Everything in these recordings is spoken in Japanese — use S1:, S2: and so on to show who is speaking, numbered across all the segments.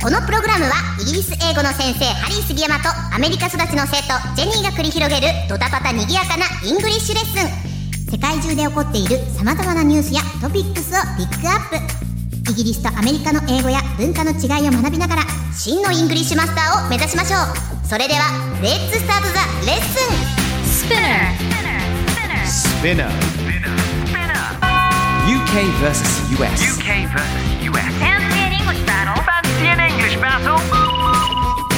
S1: このプログラムはイギリス英語の先生ハリー杉山とアメリカ育ちの生徒ジェニーが繰り広げるドタパタにぎやかなイングリッシュレッスン世界中で起こっている様々なニュースやトピックスをピックアップイギリスとアメリカの英語や文化の違いを学びながら真のイングリッシュマスターを目指しましょうそれではレッツスタートザレッスン
S2: Spinner. UK versus US.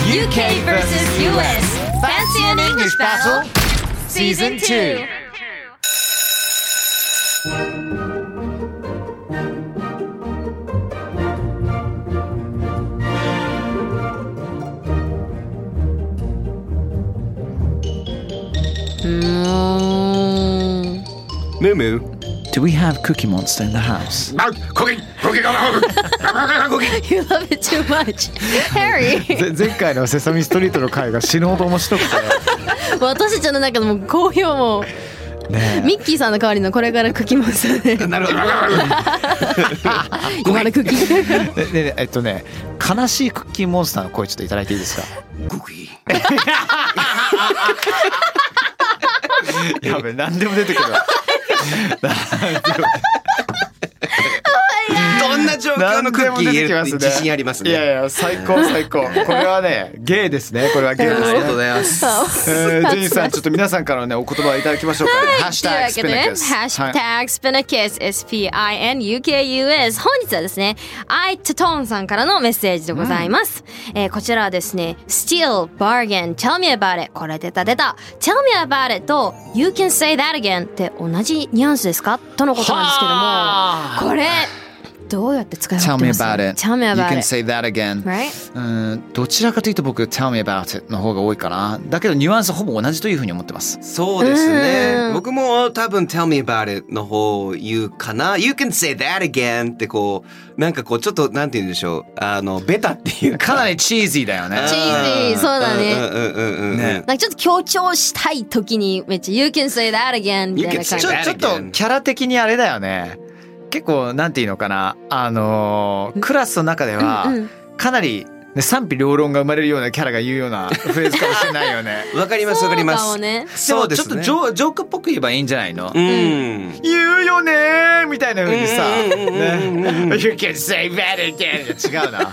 S3: UK versus US. Fancy an English battle. Fancy an English
S2: UK versus US.
S3: battle. Fancy
S2: Season
S3: an English battle.
S2: 2.
S4: うん。
S5: Moo Moo.
S2: Do we have Cookie Monster in the house?
S6: Cookie, cookie, cookie.
S4: You love it too much. Harry!
S7: ぜ前回の「セサミストリート」の回が死ぬほど面白く
S4: 私たちの中でも好評も
S7: てね
S4: ミッキーさんの代わりのこれからクキモンさんで
S6: なるほど。
S4: 今のクキ
S7: えででえっとね悲しいクッキーモンスターの声ちょっといただいていいですか
S6: Cookie.
S7: やべ何でも出てくる
S5: どんな状況のクッキー言えるって自信ありますね。
S7: いやいや最高最高これはねゲイですねこれはゲイで
S5: あり
S7: す
S5: がとうご
S7: ね
S5: ざいます。
S7: えージェニーさんちょっと皆さんからのねお言葉をいただきましょうか、ハッシ
S4: と
S7: ュ
S4: いう
S7: タ
S4: わ
S7: グス
S4: け
S7: ピ
S4: で、
S7: ナ
S4: ハ
S7: ケス
S4: ッシュタグスピナキス、SPINUKUS。本日はですね、アイトトーンさんからのメッセージでございます。えーこちらはですね、steal, bargain, tell me about it。これ出た出た。tell me about it と you can say that again って同じニュアンスですかとのことなんですけども、これ、どうやって使い分け
S7: Tell
S4: て
S7: me
S4: ます
S7: about it.
S4: Tell me
S7: You
S4: about
S7: can
S4: it.
S7: say that again.
S4: Right?
S7: うーんどちらかというと僕 Tell me about it の方が多いかな。だけどニュアンスほぼ同じというふうに思ってます。
S5: そうです
S4: う
S5: ね
S4: ん。
S5: 僕も多分 Tell me about it の方を言うかな。You can say that again ってこう、なんかこうちょっとなんて言うんでしょう。あの、ベタっていう
S7: か
S5: か。
S7: なりチーズィーだよね。
S4: チーズィーそうだね
S5: うんうんうんうんうん。
S7: ね
S4: なんかちょっと強調したい時にめっちゃ You can say that again みたいな
S5: You can
S7: ち
S4: 感
S5: say
S4: じ
S7: ょ
S5: that
S7: ちょっとキャラ的にあれだよね。結構なんていうのかなあのークラスの中では
S4: うんうん
S7: かなり、ね、賛否両論が生まれるようなキャラが言うようなフレーズかもしれないよね。
S5: わかりますわかり
S4: そ
S5: ま
S4: うかも
S5: す。
S4: ね
S5: そうで
S7: で
S5: す
S7: も
S5: ね。
S7: ちょっとジョージョークっぽく言えばいいんじゃないの、
S5: うん。
S7: 言うよねーみたいな風にさ、
S5: うんうんうんうんうん
S7: ね、You can say that again 違うな。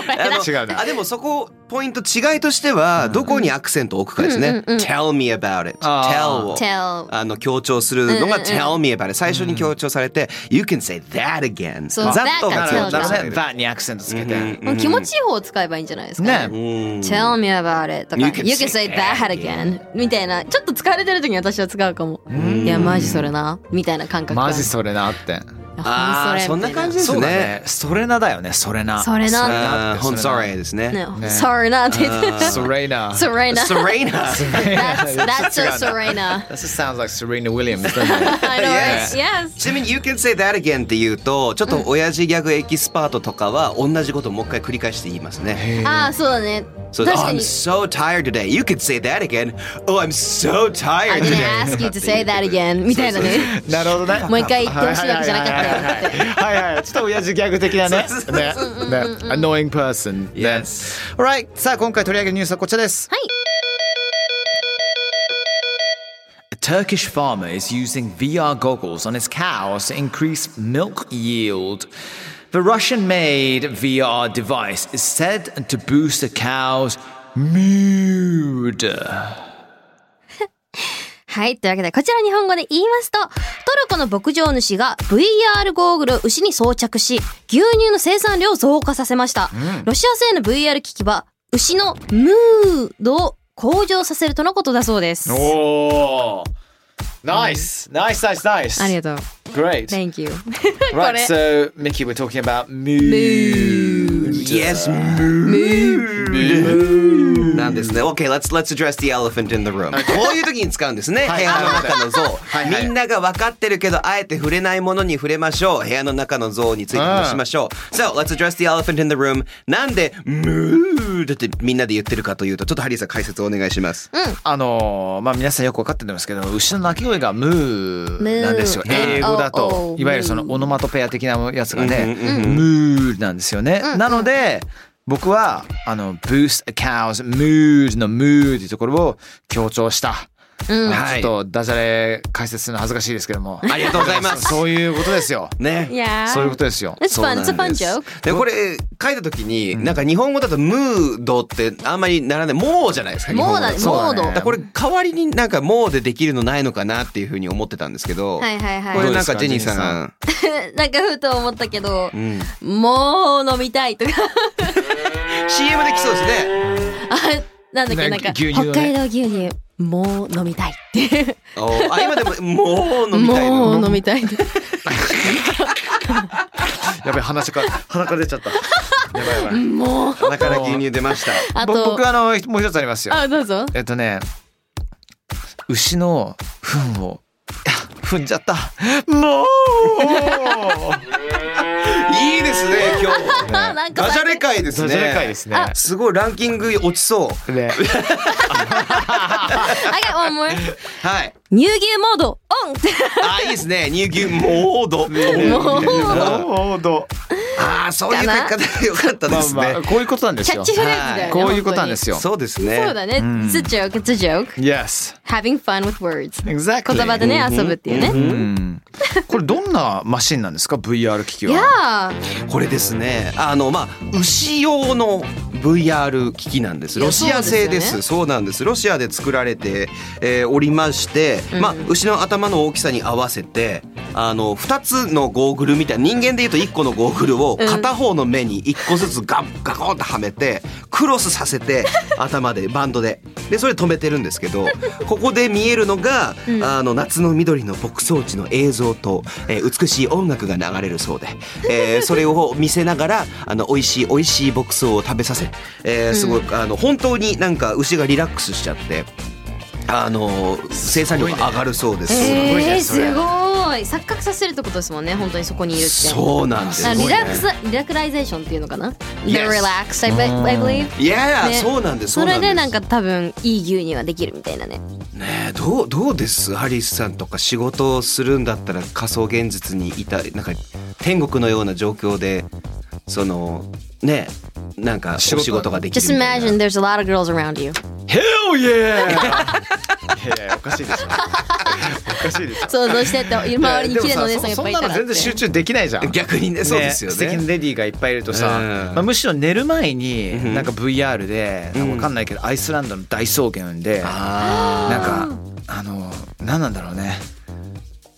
S7: 違うな
S5: あ。でもそこポイント違いとしてはどこにアクセントを置くかですね。Tell me about it。
S7: あー
S5: Tell を
S4: Tell
S5: あの強調するの
S4: うんうんう
S5: が
S4: ん
S5: Tell me about it。最初に強調されて You can say that again。
S4: そう that
S5: と
S4: が
S5: が
S7: なるほど
S5: 強調
S7: な
S5: さ
S7: る
S5: れ
S7: ほど。
S5: る。
S7: バーにアクセントつけて。
S4: もう気持ちいい方を使えばいいんじゃないですか、
S7: ね
S5: うん
S4: Tell me about it とか
S5: You
S4: You
S5: can
S4: can,
S5: say
S4: say that again みたいなちょっと疲れてる時に私は使うかもいやマジそれなみたいな感覚が
S7: マジそれなって。
S4: いや
S5: あー
S4: ほ
S5: そん
S4: ん
S5: な
S4: それみたい
S5: 感じです
S7: そうだ
S5: ね。
S7: ね。それなだよね。それな。
S4: それな
S5: あーほん
S7: それな
S5: sorry ですね。
S4: な、ね、Sorry なって言ってた
S7: それな。
S4: Serena
S5: Serena.
S4: That's, that's a Serena
S7: That just sounds like Serena Williams. doesn't it?
S4: I know right? Yes
S5: ちなみに You can say that again って言うとちょっと親父ギャグエキスパートとかは同じことをもう一回繰り返して言いますね。
S4: ああそうだね
S5: そう
S4: 確か
S5: I'm
S4: に
S5: so tired today. You can say that again. Oh, I'm so
S4: I
S5: tired
S4: didn't
S5: today.
S4: ask you to say that again みたいなね
S7: なるほどね。
S4: もう一回言ってほしいわけじゃなかったよって
S7: はい はいはいはいはいはいはいちょっと親父ギャグ的なね。ね。ね
S5: そうそう。
S7: annoying person. ね
S5: Yes.
S7: Alright. さあ今回取り上げるニュースはこちらです。
S4: はい
S2: A Turkish farmer is using VR goggles on his cows to increase milk yield. The Russian made VR device is said to boost a cow's mood.
S4: はい。というわけで、こちら日本語で言いますと、トルコの牧場主が VR ゴーグルを牛に装着し、牛乳の生産量を増加させました。ロシア製の VR 機器は、牛のムードを向上させるとのことだそうです。あ
S7: おお。Nice. Nice. Nice. Nice.
S4: りがとう。
S7: Great.
S4: Thank you. こ
S7: Right.
S4: れ。
S7: So Mickey, we're talking about mood.
S5: Yes. Mood. なんですね。Okay, let's let's address the elephant in the room. こういう時に使うんですね。部
S7: い
S5: 屋の中の像
S7: いはい
S5: みんなが分かってるけどあえて触れないものに触れましょう。部屋の中の像について話しましょう。So let's address the elephant in the room. なんでムーってみんなで言ってるかというと、ちょっとハリーさん解説お願いします。
S7: あのーまあ皆さんよくわかってるんですけど牛の鳴き声がムーなんですよ
S4: ムー
S7: 英語だ
S4: MOO
S7: といわゆるそのオノマトペア的なやつがね
S5: うんうんうん
S7: ムーなんですよねなので僕はあの boost a cow's mood の mood というところを強調した
S4: うん
S7: まあちょっとダジャレ解説するの恥ずかしいですけども
S5: ありがとうございます
S7: そういうことですよ
S5: ね。
S4: Yeah.
S7: そういうことですよ
S4: It's
S5: そう
S4: fun.
S5: なん
S4: It's a fun
S5: です
S4: joke.
S5: でこれ書いた時に、なんか日本語だとムードってあんまりならない。もうじゃないですか。日本語
S4: もうだね、
S7: そうだ
S4: モー
S7: ね
S4: ド。
S5: だからこれ代わりになんかもうでできるのないのかなっていうふうに思ってたんですけど、
S4: はいはいはい
S5: これなんか
S7: どうで
S5: ジェ
S7: すか
S5: ニーさん、
S4: なんかふと思ったけど、
S5: ん
S4: もう飲みたいとか、
S5: CM できそうですね。
S4: あなんだっけ、な
S7: ね
S4: んか、
S7: 牛乳
S4: 北
S7: のね
S4: 海道牛乳、もう飲みたいって。
S5: おーあ今でももう飲みたいの。
S4: もう飲みたいって。
S7: やべえ鼻か鼻から出ちゃったやばいやばい
S4: もう。
S5: 鼻から牛乳出ました。
S4: あ
S7: ぼ
S4: と
S7: 僕、あのもう一つありますよ
S4: あ、どうぞ。
S7: えっとね牛の糞をあ踏んじゃったもう
S5: いいですね今日。
S4: あ、なんか
S5: ダジャレ会です
S7: ダ
S5: ね。
S7: ジャレ回ですね
S5: すごいランキング落ちそう。
S7: ね
S4: I got one more.
S5: はい。
S4: 乳牛モード、オンって。
S5: あいいですね。乳牛モード。
S4: もう
S7: ほど
S5: ああそういう書き方でよかったで
S7: まあ
S5: すね。
S7: まあこういうことなんです
S4: キャッ
S7: よ
S4: チフレーズだよね。
S7: こういうことなんです
S4: よ。
S7: よ
S5: そうです
S4: そう
S5: ね。
S4: だね。It's a joke, it's a joke.
S7: Yes
S4: Having fun with words.
S7: exactly
S4: 言葉でね、遊ぶっていうね。
S7: うんこれどんなマシンなんですか VR 機器
S4: いや
S7: は
S4: ー
S5: これですね。あのまあ牛用の VR 機器なんです。ロシア製です。
S4: い
S5: そう
S4: や
S5: なんです。ロシアで作られて、えーおりまして、まあ牛の頭の大きさに合わせて。あの2つのゴーグルみたいな人間でいうと1個のゴーグルを片方の目に1個ずつガッガコンってはめてクロスさせて頭でバンドででそれ止めてるんです けどここで見えるのが、あの夏の緑の牧草地の映像と、えー美しい音楽が流れるそうで、 えーそれを見せながらあの美味しい美味しい牧草を食べさせ、えーすごい、あの本当になんか牛がリラックスしちゃって。あの生産量が上がるそうです。
S7: ごいね
S4: えー、
S7: それ
S4: すごい。錯覚させるってことですもんね、本当にそこにいるって。
S5: そうなんです
S4: あ
S5: よ。
S4: リラックス、リラクライゼーションっていうのかな The
S5: Yes.
S4: relax, I, be, I believe.
S5: いやい
S4: ね
S5: や、そうなんです。
S4: それ
S5: う
S4: で
S5: です
S4: なんか多分いい牛乳はできるみたいなね。
S5: ねえどうどうですハリスさんとか仕事をするんだったら仮想現実にいたなんか天国のような状況でそのねえなんかお
S7: 仕事
S5: 仕事ができる
S4: Just
S5: みたいな
S4: imagine there's a lot of girls around you.
S7: Hell yeah いやいやおかしいでしょおかしいでしょ
S4: 想像してって周りに綺麗なお姉さんがい
S7: でもさ
S4: っぱいいたら
S7: そんなの
S4: っ
S7: 全然
S4: て
S7: 集。中できないじゃん
S5: 逆にねそうですよ
S7: 素敵
S5: ね
S7: なレディーがいっぱいいるとさ、
S5: うん
S7: まあ、むしろ寝る前に
S5: ん
S7: なんか VR で、
S5: ん
S7: わかんないけどアイスランドの大草原で、
S5: あ
S7: なんかあの何なんだろうね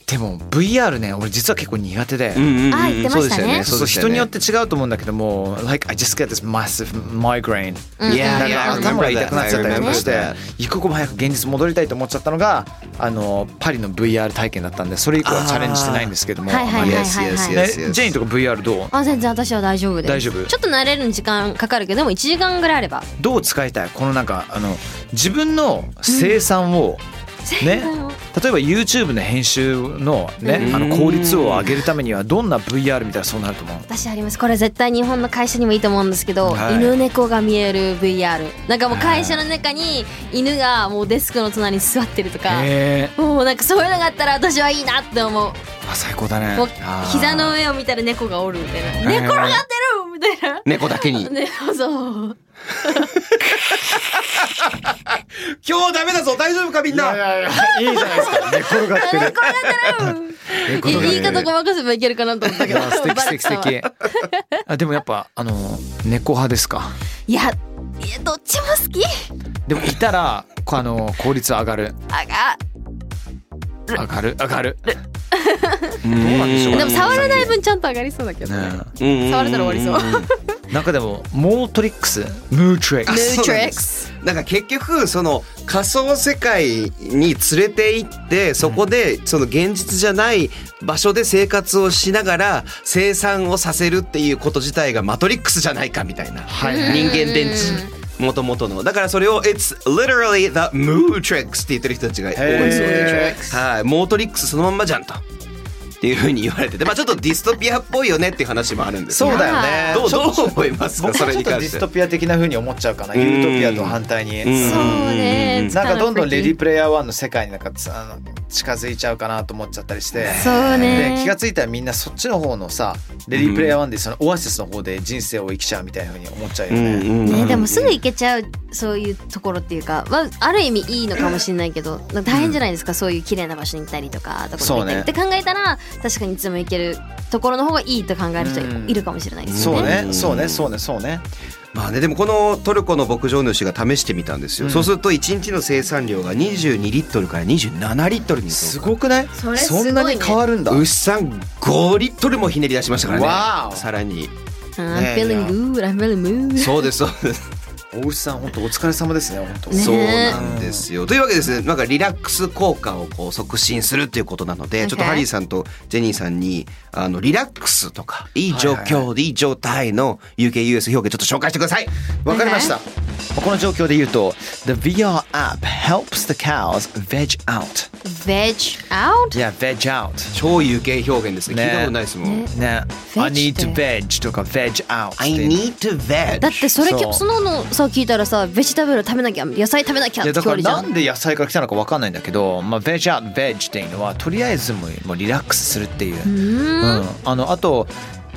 S7: でも VR ね俺実は結構苦手で。
S5: ーうんうんうん
S4: あ言ってましたね
S7: そうそう人によって違うと思うんだけども、like I just get this massive migraine、
S5: いや
S7: ないん
S5: や
S7: か頭が痛くなっちゃったりとかして、一刻も早く現実戻りたいと思っちゃったのがあのパリの VR 体験だったんでそれ以降はチャレンジしてないんですけども、
S4: はいはいはいはいはい
S5: Yes, yes,
S7: ね
S5: yes,
S7: ジ
S5: yes.
S7: ェインとか VR どう
S4: あ全然私は大丈夫です。
S7: 大丈夫
S4: ちょっと慣れるに時間かかるけどでも1時間ぐらいあれば。
S7: どう使いたいこのなんかあの自分の生産を、ね
S4: 産を
S7: 例えば YouTube の編集のね、あの効率を上げるためにはどんな VR みたいなそうなると思う
S4: 私ありますこれ絶対日本の会社にもいいと思うんですけど、
S7: はい
S4: 犬猫が見える VR なんかもう会社の中に犬がもうデスクの隣に座ってるとか、
S7: え
S4: もうなんかそういうのがあったら私はいいなって思う
S7: あ最高だね
S4: もう
S7: あー
S4: 膝の上を見たら猫がおるみたいな
S7: へー
S4: 寝転がってるみたいな
S5: 猫だ けに
S4: ね、そう。
S5: 今日ダメだぞ大丈夫かみん
S7: い
S5: な
S7: やいやいやいいじゃないですか寝転 がってる
S4: い言い方ごまかせばいけるかなと思った
S7: い
S4: けど。
S7: や素敵
S4: バ
S7: 素
S4: レ
S7: 敵
S4: たわ
S7: 素敵あでもやっぱあの猫派ですか
S4: いや、いやどっちも好き。
S7: でもいたらこうあの効率上がる
S4: あが、
S7: 上がる上がる
S5: どうなんでしょ
S4: でも触らない分ちゃんと上がりそうだけどね。触れたら終わりそう。
S7: 中でもモートリックスムートリックス
S5: そうなんですなんか結局その仮想世界に連れて行ってそこでその現実じゃない場所で生活をしながら生産をさせるっていうこと自体がマトリックスじゃないかみたいな人間電池もともとのだからそれを「It's literally the moo tricks」って言ってる人たちが多いそうで
S7: へ
S5: はいモートリックスそのまんまじゃんとっていうふうに言われててまあちょっとディストピアっぽいよねっていう話もあるんですけど
S7: そうだよね
S5: どうどう思いますか
S7: 僕
S5: そ
S7: は
S5: れ
S7: ちょっとデ
S5: に関
S7: ィ
S5: し
S7: ス
S5: て
S7: トピア的な風に思っちゃうかなユートピアと反対に
S5: うん
S4: そうね。
S7: なんかどんどん「レディー
S4: ー
S7: プレイヤー1」の世界になんかつあの近づいちゃうかなと思っちゃったりして
S4: そうね
S7: で気がついたらみんなそっちの方のさ「レディープレイヤー1」でそのオアシスの方で人生を生きちゃうみたいな風に思っちゃうよ
S5: う
S7: ね、
S5: んうん
S4: ね、でもすぐ行けちゃうそういうところっていうか、まあ、ある意味いいのかもしれないけどなんか大変じゃないですか、そういう綺麗な場所に行ったりとかどこに行ったりって考えたら、確かにいつも行けるところの方がいいと考える人
S7: うん
S4: いるかもしれないです
S7: そ
S4: よ
S7: う
S4: ね。
S7: ねそうねそうねそうね
S5: まあねでもこのトルコの牧場主が試してみたんですよ、
S7: うん
S5: そうすると1日の生産量が22リットルから27リットルに
S7: す
S5: 増
S7: ごくない
S4: それすごい
S7: そ
S4: ね
S7: んなに変わるんだ
S5: 加牛さん5リットルもひねり出しましたからね
S7: わお
S5: さらに
S4: あー I'm feeling good, I'm feeling good.
S5: そうですそうです
S7: 大牛さん本当お疲れ様ですね本当
S4: ね
S5: そうなんですよ。というわけでですね、なんかリラックス効果をこう促進するっていうことなので、
S4: Okay
S5: ちょっとハリーさんとジェニーさんに、あの、リラックスとか、いい状況でいい状態の UKUS 表現ちょっと紹介してください。
S7: わかりました
S2: この状況で言うと The VR app helps the cows veg out
S4: Veg out?
S2: いや veg out
S5: 超 UK 表現ですね。
S2: ね
S5: 聞いたことないですも
S2: ね
S5: ん。
S4: Veg
S2: I need
S4: っ
S2: to
S4: て
S2: veg とか veg out って
S5: I
S2: いう
S5: need to veg.
S4: だってそれ
S2: そう
S4: そののさ聞いたらさベジタブル食べなきゃ野菜食べなきゃっ
S2: いや
S4: て
S2: だ
S4: 聞
S2: か
S4: こえ
S2: ら
S4: るじ
S2: な
S4: ゃん。
S2: んで野菜から来たのかわかんないんだけど、まあ、ベジャーベジっていうのはとりあえずもうもうリラックスするっていう、うんあのあと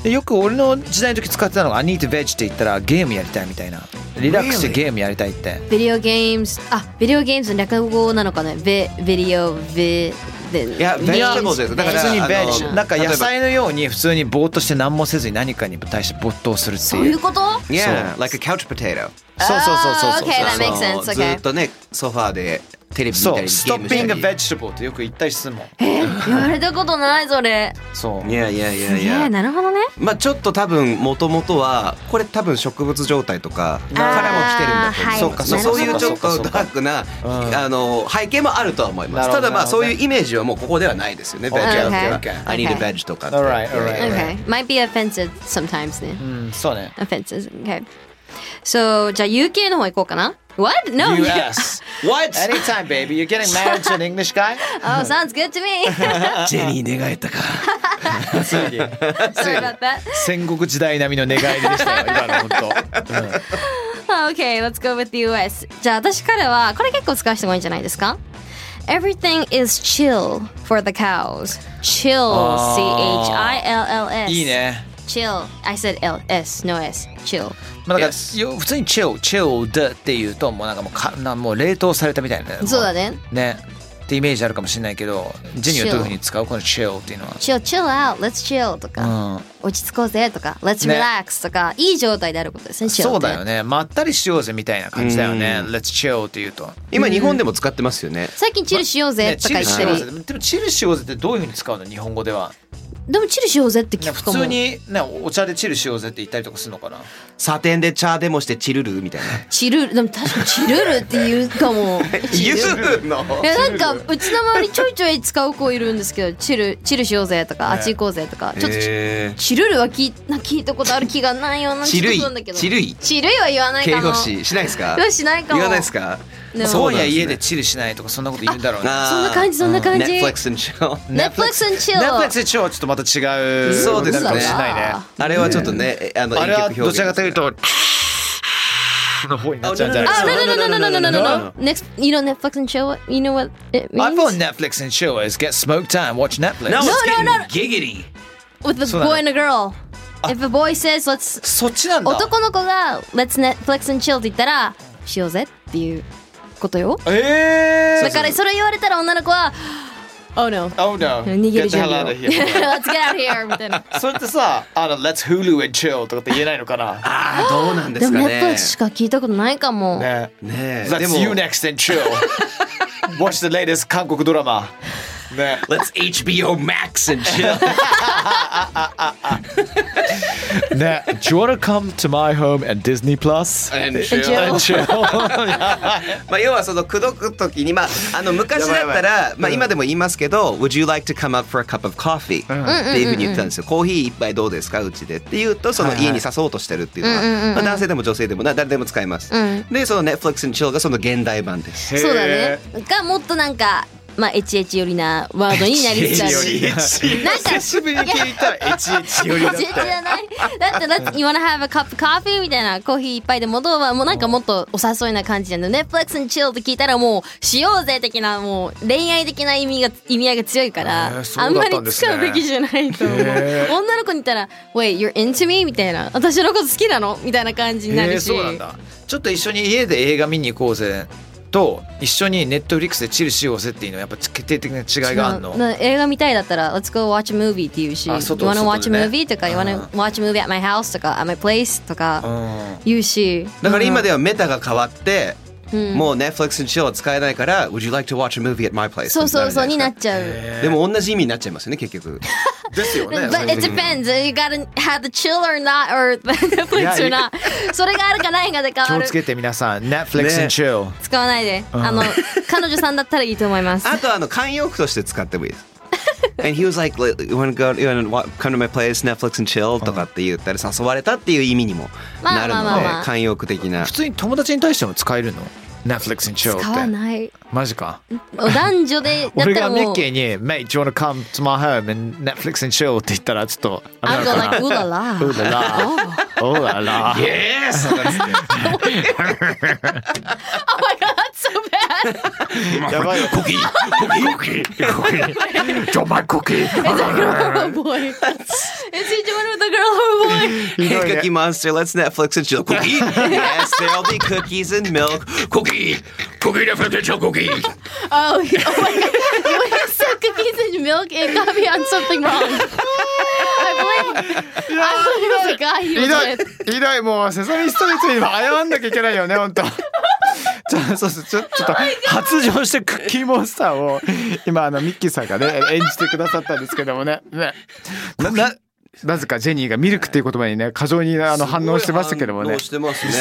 S2: よく俺の時代の時使ってたのが「I need to veg」って言ったらゲームやりたいみたいなリラックスして
S5: Really？
S2: ゲームやりたいって
S4: ビデオゲームズあビデオゲームズの略語なのかねベビデオベで
S5: いや、ベジタブルです。だか
S2: 普
S5: ら、
S2: 通に
S5: あの
S2: ベジなんか野。
S5: 例えば
S2: 菜のように普通にぼーっとして何もせずに何かに対して没頭するって
S4: そう
S2: い
S4: いううこと
S5: Yeah, like a couch potato.
S2: そうそうそうそうそう
S4: Ah, okay,
S2: そう
S4: that makes sense,
S5: そう
S4: okay.
S5: ずっとね、ソファーでテレビ見た
S2: そ
S5: り、
S2: う
S5: ゲ
S2: スト
S5: ーム
S2: ッ
S5: し
S2: ピ
S5: た
S2: ング
S5: り。
S2: ベジタブルってよく言ったりするもん
S4: え言われたことないそれ。
S2: そう
S5: いやいやいや
S4: す
S5: い
S4: げ
S5: や
S4: え。なるほどね。
S5: まあちょっと多分もともとはこれ多分植物状態とかからも来てるんだと思う
S4: あー
S5: そうかそう
S4: はい
S5: そういうち
S7: なる
S5: ょっ
S7: ほ
S5: と
S7: ど
S5: ダークな
S7: うん
S5: あの背景もあるとは思いま
S7: な
S5: す
S7: るほ
S5: た
S7: ど
S5: だまあ
S7: なるほど
S5: そう
S7: ね
S5: いうイメージはもうここではないですよね
S7: Okay,
S4: okay,
S5: veg
S4: okay.
S5: I need a veg とかって
S7: Alright, alright,
S4: Okay. Might be offensive sometimes ね。
S7: うんそうね
S4: Offensive. Okay. So じゃあ UK の方行こうかな。What? No.
S7: US
S5: What?
S7: Anytime baby you're getting married to an English guy
S4: Oh, sounds good to me.
S5: ジェニー願えたか
S4: Sorry about that.
S7: 戦国時代並みの願いでしたよ今の本当、うん
S4: Okay, let's go with the US. じゃあ私からはこれ結構使う人が多いんじゃないですか Everything is chill for the cows. Chill,
S2: あ
S4: C-H-I-L-L-S.
S2: いい。ね
S4: Chill. I said L-S, no S. Chill.
S2: まあ、なんかよ普通に「チ i チ l でっていうともうなんかもうかなもう冷凍されたみたいなね
S4: そうだね。
S2: ねってイメージあるかもしれないけどジェニーはどういうふうに使うこの「チ i l っていうの
S4: Chill, chill out, let's chill とか、
S2: は、うん、
S4: 落ち着こうぜとか、let's
S2: ね
S4: relax とか、いい状態であることですね、chill
S2: そうだよ
S4: ね。
S2: ねまったりしようぜみたいな感じだよね「Let's chill」っていうと。
S5: 今日本でも使ってますよね
S4: 最近チルしようぜ
S2: ね、
S4: と
S2: チ
S4: か
S2: ル
S4: 言っ
S2: したよう
S4: り
S2: ぜ、でもチルしようぜってどういうふうに使うの日本語では、
S4: でもチルしようぜって
S2: ね
S4: 聞く
S2: 普
S4: かも。
S2: 通に、ね、お茶でチルしようぜって言ったりとかするのかな
S5: サテンで茶でもしてチルルみたいな
S4: チルル、でも確かにチルルって言うか も。
S5: 言うの
S4: いやなんかうちの周りちょいちょい使う子いるんですけどチルチルしようぜとか、あっち行こうぜとかちょっとチ
S5: え
S4: チルルは聞いな聞いたことある気がないような
S5: チルイ
S4: ちょっと不安だけど
S5: チルイ
S4: チルイは言わない
S5: ー
S4: か
S5: 形
S4: も
S5: 容詞しないですか
S4: よしないかも
S5: 言わないですか
S4: でも
S5: そう
S2: 今
S5: な
S2: 夜
S5: んすね
S2: 家でチルしないとかそんなこと言うんだろうね。
S5: あー
S4: そんな感じそんな感じ
S5: Netflix and chill
S4: Netflix and chill
S2: なんかやつ一応ちょっとまた違う
S5: そうで
S2: な
S5: すね
S2: るかもしれないね。
S5: あれはちょっとね、えあの、
S7: あれはどちらかという
S5: と、
S7: との方になっちゃうんじゃないです
S4: あ
S7: か
S4: no no no no no no no no no next you know Netflix and chill what- you know what it
S2: I thought
S4: means
S2: Netflix and chill is get smoke time, watch Netflix.
S5: No, it's
S4: No, no, no.
S5: getting giggity.
S4: with a
S2: そうだね
S4: boy and a girl if a boy says let's
S2: そっちなんだ。
S4: 男の子が let's Netflix and chill って言ったらしようぜっていうことよ
S7: え
S4: だからそれ言われたら女の子は Oh no
S7: ー、oh no
S4: 逃げるじゃ
S7: Get
S4: ん。
S7: the hell out of here
S4: Let's get out of here! みたいな。
S7: それってさあの Let's Hulu and chill とかって言えないのかな
S5: ああ、どうなんで
S4: ですも
S5: か
S4: Netflix
S5: ね。
S4: しか聞いたことないかも。
S7: ね
S5: ねえ、で
S7: Let's
S5: も
S7: you next and chill Watch the latest 韓国ドラマね
S6: Let's HBO Max and chill.
S7: ね Do you wanna come to my home and Disney Plus?
S6: and chill.
S7: And chill.
S5: まあ要はその口説く時にまああの昔だったらまあ今でも言いますけど、Would you like to come up for a cup of coffee、っていうふうに言ってたんですよ。コーヒー一杯どうですかうちでって言うとその家に誘おうとしてるっていうのは、まあ、男性でも女性でもな誰でも使えます。でその Netflix and chill がその現代版です。
S4: そうだねがもっとなんかまあエチエチ寄りなワードになりつつある なんか
S7: 久しぶりに聞いたらエチエチよりだっ
S4: 全然じゃないだってだって「You wanna have a cup of coffee?」みたいなコーヒー一杯でもどうはもうなんかもっとお誘いな感じなの Netflix and chill って聞いたらもうしようぜ的なもう恋愛的な意味が意味合いが強いから、
S7: へーそ
S4: あ
S7: うんだっ
S4: ま
S7: たん
S4: り
S7: ですね
S4: 使うべきじゃないと思う女の子に言ったら「Wait you're into me?」みたいな「私のこと好きなの?」みたいな感じにな
S7: え
S4: る
S7: ー、
S4: し、
S7: そうなんだちょっと一緒に家で映画見に行こうぜと一緒にネットフリックスでチルしようぜっていうのはやっぱ決定的な違いがあるの
S4: なな映画みたいだったら「Let's go watch a movie」って言うし「You
S7: あ
S4: wanna
S7: 外
S4: watch a
S7: 外でね
S4: movie?」とか「You wanna watch a movie at my house?」とか「at my place?」と
S7: う
S4: か
S7: ん
S4: 言うし
S5: だから今ではメタが変わって、
S4: うん
S5: もう Netflix and chill は使えないから、Would you like to watch a movie at my place?
S4: そうそうそう
S5: って
S4: にな
S5: る
S4: っちゃう。
S5: じゃないですかでも同じ意味になっちゃいますよね結局。
S7: ですよね
S4: But it depends. You gotta have the chill or not, or Netflix or not. それがあるかないかで
S7: 気
S4: 変わ
S7: を
S4: る
S7: つ。けて皆さん Netflix and chill、
S4: 使わないで。あの、彼女さんだったらいいと思います。
S5: あとあの慣用句として使ってもいいです。And he was like, "You wanna go? You wanna wa- come to my place, Netflix and chill?" とかって言ったり誘われたっていう意味にも
S4: ま
S5: な
S4: あ
S5: るの
S4: まあ
S5: で
S4: まあまあ
S5: 慣用句的な
S7: 普。通に友達に対しても使えるの Netflix and chill って
S4: 使わない。
S7: マジか
S4: お男女でだっ
S7: 俺
S4: たら
S7: がミ
S4: も
S7: ッ
S4: う
S7: キ。ーに「Mate, do you wanna come to my home and Netflix and chill?」って言ったらちょっとあ
S4: I
S7: れ
S4: go
S7: なの
S4: like,
S7: か
S4: ooh la
S7: なうららう
S4: la.
S7: らら
S6: Yes.
S4: Oh my god, that's so bad.
S7: やばいよ
S6: Cookie. Cookie. Cookie. Cookie. Drop my cookie.
S4: Oh boy. Is he doing with the girl or boy?
S7: ひどい
S5: Hey,
S7: ね
S5: Cookie Monster, let's Netflix and chill. Cookie. yes, there'll be cookies and milk.
S6: Cookie. Cookie. Netflix and chill. Cookie.
S4: Oh, oh my god. You insert cookies and milk and coffee on something wrong. I believe, I believe the guy he
S7: ひ
S4: was
S7: ど
S4: with.
S7: い、ひどい、もうセサミストリートにも謝んなきゃいけないよね、本当。ちょ そうそうちょちょっと発情してクッキーモンスターを今あのミッキーさんがね 演じてくださったんですけどもねねな ななぜかジェニーがミルクっていう言葉にね過剰にあの反応してましたけども
S5: 反
S7: ね
S5: 応してますね。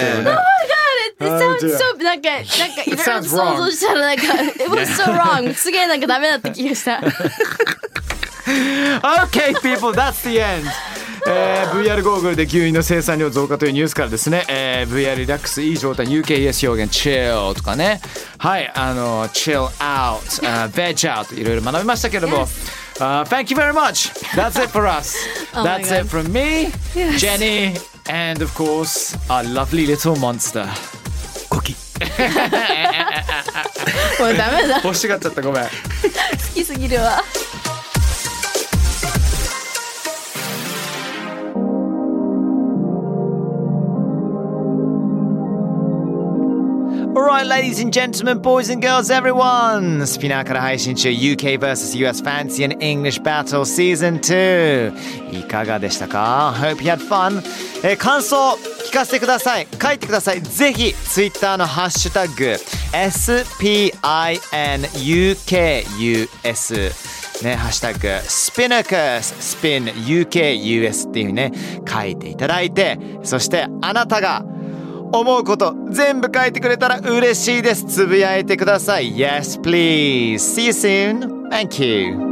S4: It sounds so なんかなんかいろいろ
S7: sounds
S4: 想像したらなんか It was so wrong すげえなんかダメだった気がした
S7: Okay, people, that's the end. えー VR ゴーグルで牛乳の生産量増加というニュースからですね、えー VR リラックスいい状態 UKES 表現 chill とかねはいあの chill out、uh, veg out いろいろ学びましたけども、Uh, Thank you very much That's it for us
S4: my
S7: That's it from me Jenny and of course our lovely little monster
S4: もうダメだ好
S7: 欲しがっちゃったごめん
S4: きすぎるわ
S7: Alright, ladies and gentlemen, boys and girls, everyone! スピナーから配信中 UK vs.US Fancy and English Battle Season 2! いかがでしたか ?Hope you had fun! えー感想聞かせてください書いてくださいぜひ Twitter のハッシュタグ SPINUKUS ね、ハッシュタグ、スピナカス、スピン、UK、US っていうふうにね、書いていただいて、そしてあなたが思うこと全部書いてくれたら嬉しいです。つぶやいてください。Yes, please. See you soon. Thank you.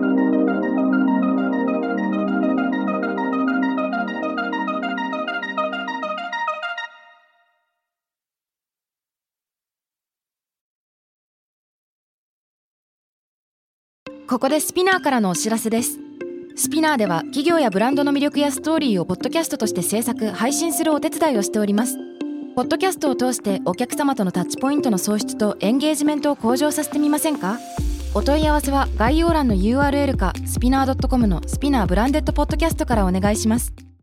S8: ここでスピナーからのお知らせです。スピナーでは企業やブランドの魅力やストーリーをポッドキャストとして制作、配信するお手伝いをしております。ポッドキャストを通してお客様とのタッチポイントの創出とエンゲージメントを向上させてみませんかお問い合わせは概要欄の URL かスピナー .com のスピナーブランデッドポッドキャストからお願いします。